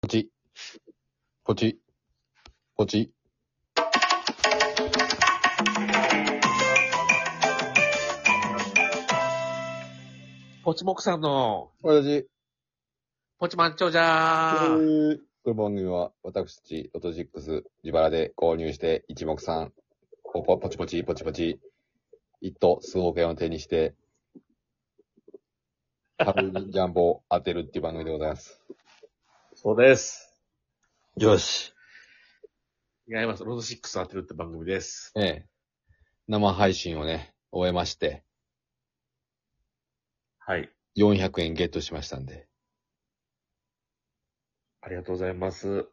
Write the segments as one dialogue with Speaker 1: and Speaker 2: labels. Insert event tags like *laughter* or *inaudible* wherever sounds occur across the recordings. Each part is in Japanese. Speaker 1: ポチ、ポチ、ポチ。
Speaker 2: ポチモクさんの、
Speaker 1: 私、
Speaker 2: ポチマンチョじゃー
Speaker 1: この番組は私たち、ロトシックス、自腹で購入して、一目散、ポポポチポチ、ポチポチ、一等数億円を手にして、春にジャンボを当てるっていう番組でございます。
Speaker 2: そうです。
Speaker 1: よし。
Speaker 2: 違います。ロード6当てるって番組です。
Speaker 1: ええ。生配信をね、終えまして、
Speaker 2: はい。
Speaker 1: 400円ゲットしましたんで。
Speaker 2: ありがとうございます。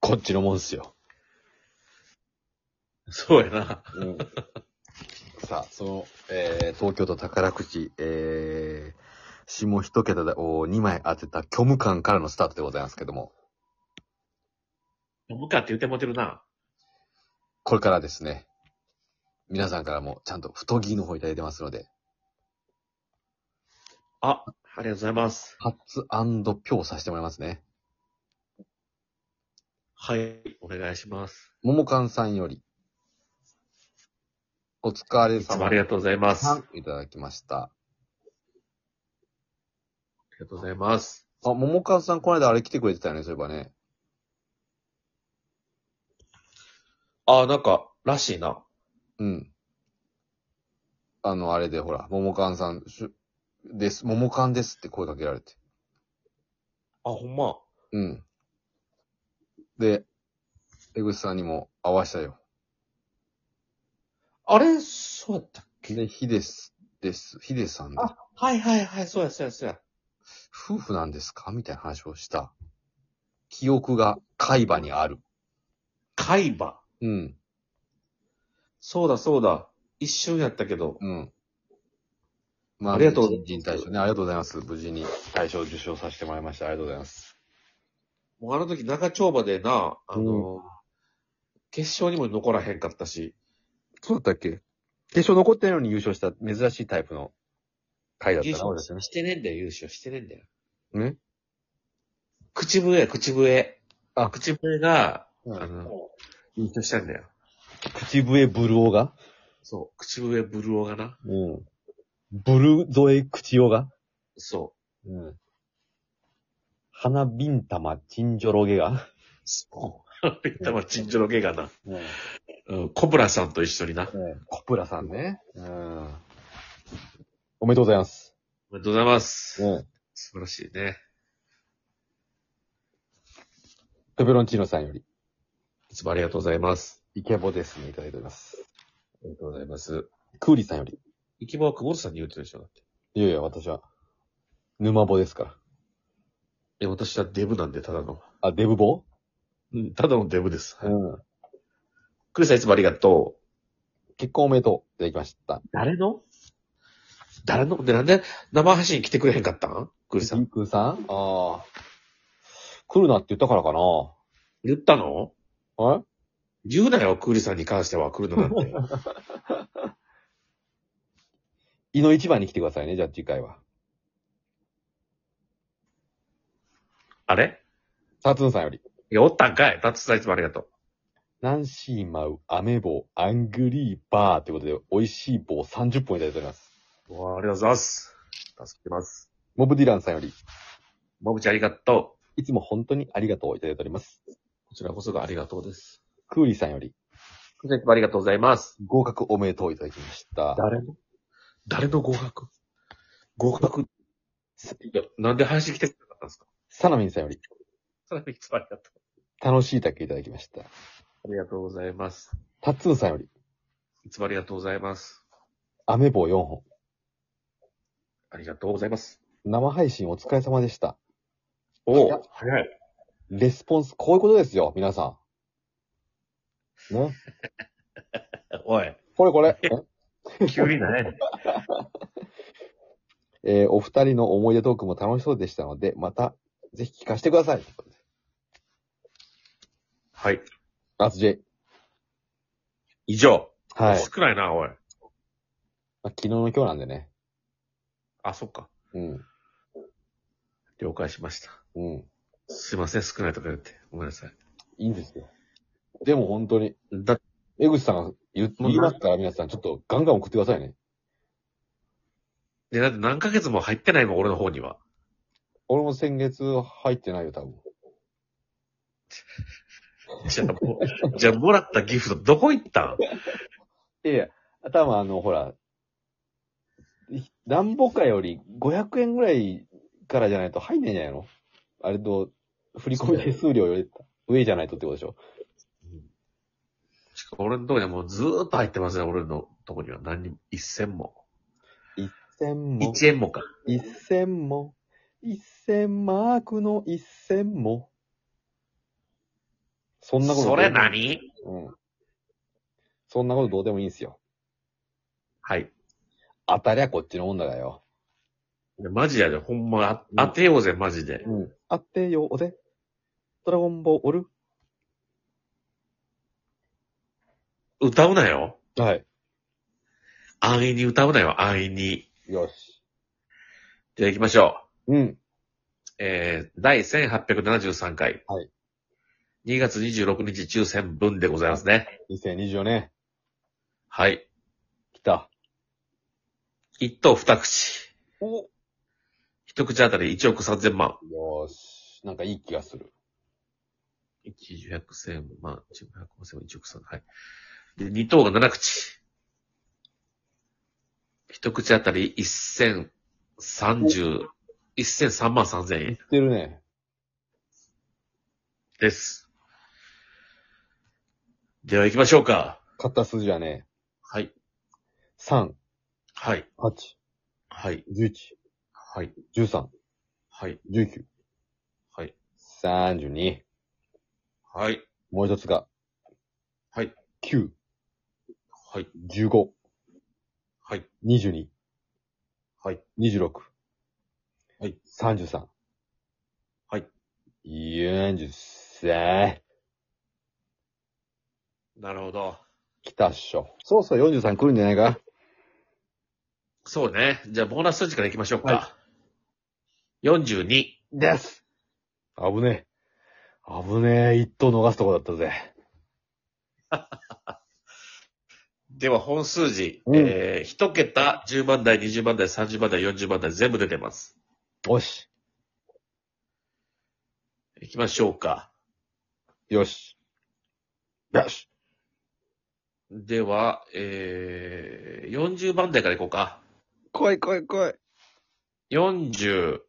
Speaker 1: こっちのもんっすよ。
Speaker 2: そうやな。
Speaker 1: さあ、その、えー、東京都宝くじ、えー、下一桁を2枚当てた虚無感からのスタートでございますけども、
Speaker 2: 飲むかって言ってもてるな。
Speaker 1: これからですね、皆さんからもちゃんと太着の方いただいてますので、
Speaker 2: あ、ありがとうございます。
Speaker 1: 初票させてもらいますね。
Speaker 2: はい。お願いします。
Speaker 1: ももかんさんより、お疲れ
Speaker 2: いつも
Speaker 1: 様
Speaker 2: ありがとうございます。
Speaker 1: さ
Speaker 2: あ
Speaker 1: んいただきました。
Speaker 2: りがとうございます。
Speaker 1: あ、ももかんさんこの間あれ来てくれてたよね、そういえばね。
Speaker 2: あ、なんか、らしいな。
Speaker 1: うん。あの、あれでほら、ももかんさん、しゅです、ももかんですって声かけられて。
Speaker 2: あ、ほんま。
Speaker 1: うん。で、江口さんにも合わしたよ。
Speaker 2: あれ、そうやったっけ
Speaker 1: で、ヒデス、です、ヒデさんだ
Speaker 2: あはいはいはい、そうやそうやそうや。
Speaker 1: 夫婦なんですかみたいな話をした。記憶が海馬にある。
Speaker 2: 海馬。
Speaker 1: うん、
Speaker 2: そうだそうだ。一瞬やったけど。
Speaker 1: うん。まあ、
Speaker 2: ありがとう
Speaker 1: 新人大賞ね、ありがとうございます。無事に大賞受賞させてもらいました。ありがとうございます。
Speaker 2: もうあの時長丁場でな、あの、決勝にも残らへんかったし、
Speaker 1: そうだったっけ決勝残ってないのに優勝した珍しいタイプの回だった
Speaker 2: 優
Speaker 1: な。
Speaker 2: 勝
Speaker 1: 俺たちね
Speaker 2: してねえんだよ、優勝してねえんだよ。
Speaker 1: ね
Speaker 2: 口笛、口笛。
Speaker 1: あ
Speaker 2: 口笛が、
Speaker 1: うん
Speaker 2: あの、優勝したんだよ。
Speaker 1: 口笛ブルオが
Speaker 2: そう、口笛ブルオがな。
Speaker 1: うん。ブルゾエ口オが
Speaker 2: そ
Speaker 1: うん。花ビン玉チンジョロゲが。
Speaker 2: う。そう。ペッタマチンジョロゲがな、
Speaker 1: うん。
Speaker 2: うん、コブラさんと一緒にな。
Speaker 1: コプラさんね。うん。おめでとうございます。
Speaker 2: おめでとうございます。
Speaker 1: うん。
Speaker 2: 素晴らしいね。
Speaker 1: ペペロンチーノさんより、
Speaker 2: いつもありがとうございます。
Speaker 1: イケボですね、いただいております。
Speaker 2: ありがとうございます。
Speaker 1: クーリーさんより、
Speaker 2: 生き物は久保田さんに言うてるでしょ、だって。
Speaker 1: いやいや、私は、沼ボですから。
Speaker 2: え、私はデブなんで、ただの。
Speaker 1: あ、デブボ
Speaker 2: うん、ただのデブです。はい
Speaker 1: ん。
Speaker 2: クリスさんいつもありがとう。
Speaker 1: 結婚おめでとう、いただきました。
Speaker 2: 誰の誰ので、なんで生配信来てくれへんかったんクリスさ
Speaker 1: リ
Speaker 2: ん。
Speaker 1: クさんああ。来るなって言ったからかな。
Speaker 2: 言ったの
Speaker 1: え
Speaker 2: 言うなよ、クリスさんに関しては来るのなんて。 *laughs*
Speaker 1: 胃の一番に来てくださいね、じゃあ次回は。
Speaker 2: あれ
Speaker 1: サツンさんより。
Speaker 2: いや、おったんかい。タツさんいつもありがとう。
Speaker 1: ナンシーマウ、アメ棒、アングリーバーということで、美味しい棒30本いただいております。
Speaker 2: うわありがとうございます。助けます。
Speaker 1: モブディランさんより、
Speaker 2: まぶちゃんありがとう。
Speaker 1: いつも本当にありがとうをいただいております。
Speaker 2: こちらこそがありがとうです。
Speaker 1: クーリーさんより、
Speaker 2: クリスさんいつもありがとうございます。
Speaker 1: 合格おめでとういただきました。
Speaker 2: 誰の誰の合格合格いや、なんで配信来てくれなかったんですか
Speaker 1: サナミンさんより、
Speaker 2: それいつもありがと
Speaker 1: 楽しいだけいただきました。
Speaker 2: う。ありがとうございます。
Speaker 1: タッツンさんより、
Speaker 2: いつもありがとうございます。
Speaker 1: アメ棒4本。
Speaker 2: ありがとうございます。
Speaker 1: 生配信お疲れ様でした。
Speaker 2: お
Speaker 1: 早っ
Speaker 2: お、早い。
Speaker 1: レスポンス、こういうことですよ、皆さん。ね。
Speaker 2: おい、
Speaker 1: これこれ。え
Speaker 2: 急にね。
Speaker 1: えーお二人の思い出トークも楽しそうでしたので、また、ぜひ聞かせてください。
Speaker 2: はい。
Speaker 1: ラス J。
Speaker 2: 以上。
Speaker 1: はい。
Speaker 2: 少ないな、お
Speaker 1: ま
Speaker 2: い。
Speaker 1: あ昨日の今日なんでね。
Speaker 2: あ、そっか。
Speaker 1: うん。
Speaker 2: 了解しました。
Speaker 1: うん。
Speaker 2: すいません、少ないとか言って。ごめんなさい。
Speaker 1: いいんですよ。でも本当に、
Speaker 2: だ
Speaker 1: 江口さんが言う言いますから、皆さん、ちょっとガンガン送ってくださいね。
Speaker 2: で、だって何ヶ月も入ってないもん、俺の方には。
Speaker 1: 俺も先月入ってないよ、多分。
Speaker 2: じゃあ、もう、 *laughs* じゃあ、もらったギフトどこ行ったん
Speaker 1: いやいや、多分あの、ほら、なんぼかより500円ぐらいからじゃないと入んないんじゃないのあれと、振り込み手数料より上じゃないとってことでしょ
Speaker 2: しかも俺のとこにはもうずーっと入ってますね、俺のとこには。何にも、一銭も。
Speaker 1: ?1000 も、
Speaker 2: 一円もか。
Speaker 1: 1000も、1000マークの1000も。そんなことど
Speaker 2: そう
Speaker 1: でも
Speaker 2: れ何
Speaker 1: うん。そんなことどうでもいいんすよ。
Speaker 2: はい。
Speaker 1: 当たりゃこっちのもんだがよ。
Speaker 2: いやマジやで、ほんま、
Speaker 1: うん
Speaker 2: あ当てようぜ、マジで。
Speaker 1: うん。あってよ、おで。ドラゴンボール。
Speaker 2: 歌うなよ。
Speaker 1: はい。
Speaker 2: 安易に歌うなよ、安易に。
Speaker 1: よし。
Speaker 2: じゃあ行きましょ
Speaker 1: うん。
Speaker 2: う。えー、第1873回。
Speaker 1: はい。
Speaker 2: 2月26日抽選分でございますね。
Speaker 1: 2024年、
Speaker 2: はい。
Speaker 1: 来た。
Speaker 2: 一等二口。
Speaker 1: お
Speaker 2: 一口あたり1億3000万。
Speaker 1: よし。なんかいい気がする。
Speaker 2: 一十百千万、一百万千万、一億三はい。で、二等が七口。一口あたり一千三十、一千三万三千
Speaker 1: 言っ
Speaker 2: 円
Speaker 1: てるね。
Speaker 2: です。では行きましょうか。
Speaker 1: 買った数字はね、
Speaker 2: はい。
Speaker 1: 3、
Speaker 2: はい。
Speaker 1: 8、
Speaker 2: はい。
Speaker 1: 11、
Speaker 2: はい。
Speaker 1: 13、
Speaker 2: はい。
Speaker 1: 19、
Speaker 2: はい。
Speaker 1: 32。
Speaker 2: はい。
Speaker 1: もう一つが、
Speaker 2: はい。
Speaker 1: 9、
Speaker 2: はい。
Speaker 1: 15、
Speaker 2: はい。
Speaker 1: 22、
Speaker 2: はい。
Speaker 1: 26、
Speaker 2: はい。
Speaker 1: 33、
Speaker 2: はい。
Speaker 1: 43。
Speaker 2: なるほど。
Speaker 1: 来たっしょ。そろそろ43来るんじゃないか
Speaker 2: そうね。じゃあ、ボーナス数字から行きましょうか。42。
Speaker 1: です。危ねえ。危ねえ。一等逃すとこだったぜ。
Speaker 2: では本数字、
Speaker 1: うん
Speaker 2: えー、1桁、10万台、20万台、30万台、40万台、全部出てます。
Speaker 1: よし。
Speaker 2: 行きましょうか。
Speaker 1: よし。よし。
Speaker 2: では、えー、40番台からいこうか。
Speaker 1: 来い来い来い。
Speaker 2: 41。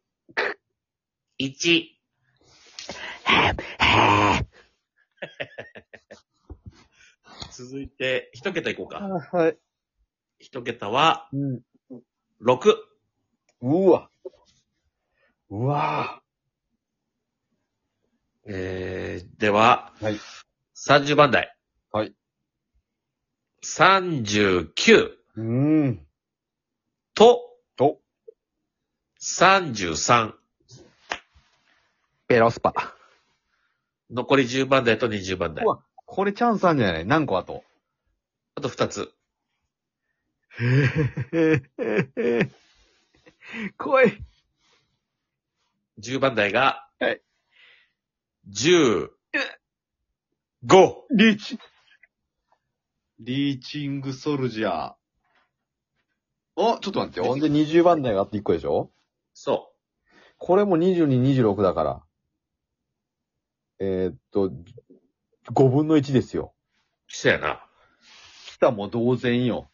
Speaker 2: 続いて、1桁いこうか。
Speaker 1: はい。
Speaker 2: 1桁は、
Speaker 1: うん。
Speaker 2: 6。
Speaker 1: うわ。うわ
Speaker 2: えー、では、
Speaker 1: はい
Speaker 2: 30番台。
Speaker 1: はい。
Speaker 2: 39
Speaker 1: うーん。
Speaker 2: と
Speaker 1: と、
Speaker 2: 33。
Speaker 1: ペロスパ。
Speaker 2: 残り10番台と20番台
Speaker 1: う。わこれチャンスあんじゃない何個あと。
Speaker 2: あと2つ。
Speaker 1: へへへへへ。来い。
Speaker 2: 10番台が、
Speaker 1: はい。
Speaker 2: 10、5、
Speaker 1: リーチ。リーチングソルジャー。お、ちょっと待ってよ。ほんで20番台があって1個でしょ
Speaker 2: そ
Speaker 1: これも22、26だから。えーっと、5分の1ですよ。
Speaker 2: う。そやな。
Speaker 1: 北も同然よ。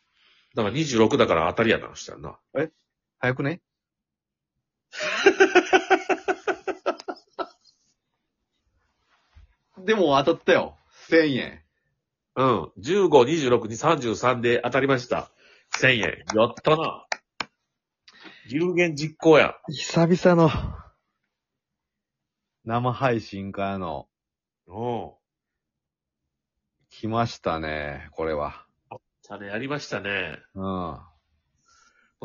Speaker 2: だから26だから当たりやな、したらな。
Speaker 1: 早くね *laughs* でも当たったよ。1000円。
Speaker 2: うん。15、26に33で当たりました。1000円。やったな。有言実行や。
Speaker 1: 久々の、生配信からの、
Speaker 2: おう。
Speaker 1: 来ましたね、これは。
Speaker 2: さね、やりましたね。
Speaker 1: う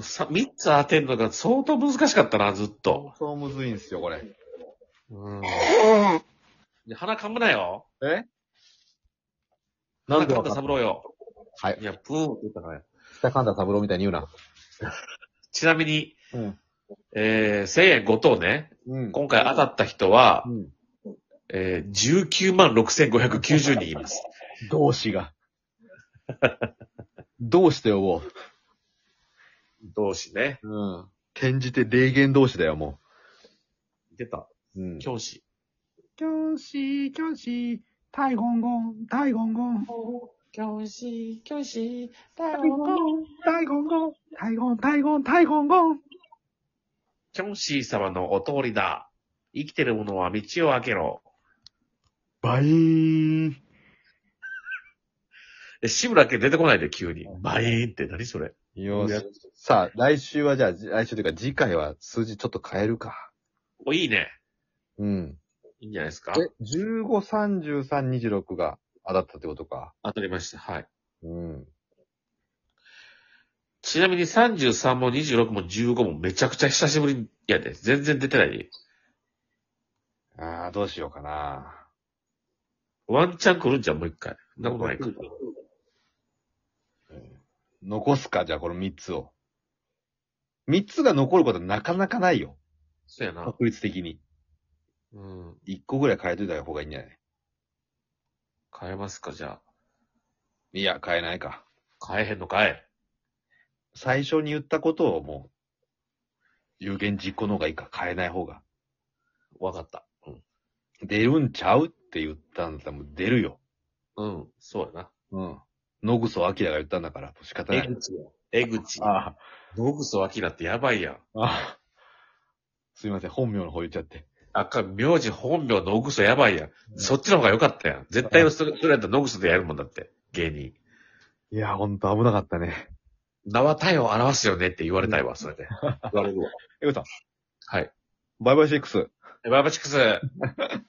Speaker 1: ん。
Speaker 2: さ、3つ当てんのが相当難しかったな、ずっと。
Speaker 1: そうむずいんすよ、これ。
Speaker 2: うん。 *laughs* で鼻噛むなよ。
Speaker 1: え
Speaker 2: 鼻噛んだ三郎よ。
Speaker 1: はい。
Speaker 2: いや、プーンって言ったからね。
Speaker 1: 北神田三郎みたいに言うな。
Speaker 2: ちなみに、
Speaker 1: うん。
Speaker 2: えー、1000円5等ね。
Speaker 1: うん
Speaker 2: 今回当たった人は
Speaker 1: う、ん。
Speaker 2: えー、19万6590人います。
Speaker 1: 同志が。 *laughs* 同志と呼ぼ
Speaker 2: 同志ね。
Speaker 1: う。うん。転じて霊言同士だよ、も
Speaker 2: 出た。
Speaker 1: う。うん。
Speaker 2: 教師。
Speaker 1: 教師、教師、タイゴンゴン、タイゴンゴン、
Speaker 2: 教師、教師、だ
Speaker 1: ン、タイゴンゴン、タイゴン、タイゴン、タイゴンゴン。
Speaker 2: キョンシー様のお通りだ。生きてる者は道を開けろ。
Speaker 1: バイーン。
Speaker 2: え、志村けん出てこないで、急に。バイーンって何それ。
Speaker 1: よし。さあ、来週はじゃあ、来週というか次回は数字ちょっと変えるか。
Speaker 2: お、いいね。
Speaker 1: うん。
Speaker 2: いいんじゃないですか
Speaker 1: え、15、33、26が当たったってことか。
Speaker 2: 当たりました。はい。
Speaker 1: うん。
Speaker 2: ちなみに33も26も15もめちゃくちゃ久しぶりやで。全然出てない。
Speaker 1: ああ、どうしようかな。
Speaker 2: ワンチャン来るんじゃん、もう一回。そんなことないか。
Speaker 1: 残すか、じゃあこの3つを。3つが残ることはなかなかないよ。
Speaker 2: そうやな。
Speaker 1: 確率的に。
Speaker 2: うん。
Speaker 1: 1個ぐらい変えといた方がいいんじゃない
Speaker 2: 変えますか、じゃ
Speaker 1: いや、変えないか。
Speaker 2: あ。変えへんのかい。
Speaker 1: 最初に言ったことをもう、有言実行の方がいいか、変えない方が。
Speaker 2: わかった。うん。
Speaker 1: 出るんちゃうって言ったんだったらもう出るよ。
Speaker 2: うん。そうやな。
Speaker 1: うん。野草明が言ったんだから、仕方ない。
Speaker 2: 口よ。江口。
Speaker 1: あ
Speaker 2: 野草明ってやばいやん。
Speaker 1: あ、ああ。すいません、本名の方言っちゃって。
Speaker 2: あかん、名字本名野草やばいやん。そっちの方が良かったやん。絶対それそれやったら野草でやるもんだって。芸人。
Speaker 1: いや、ほんと危なかったね。
Speaker 2: 名は体を表すよねって言われたいわ、それで。 *laughs* 言われるわ。
Speaker 1: エゴさん、
Speaker 2: はい。
Speaker 1: バイバイシックス。
Speaker 2: バーバチックス。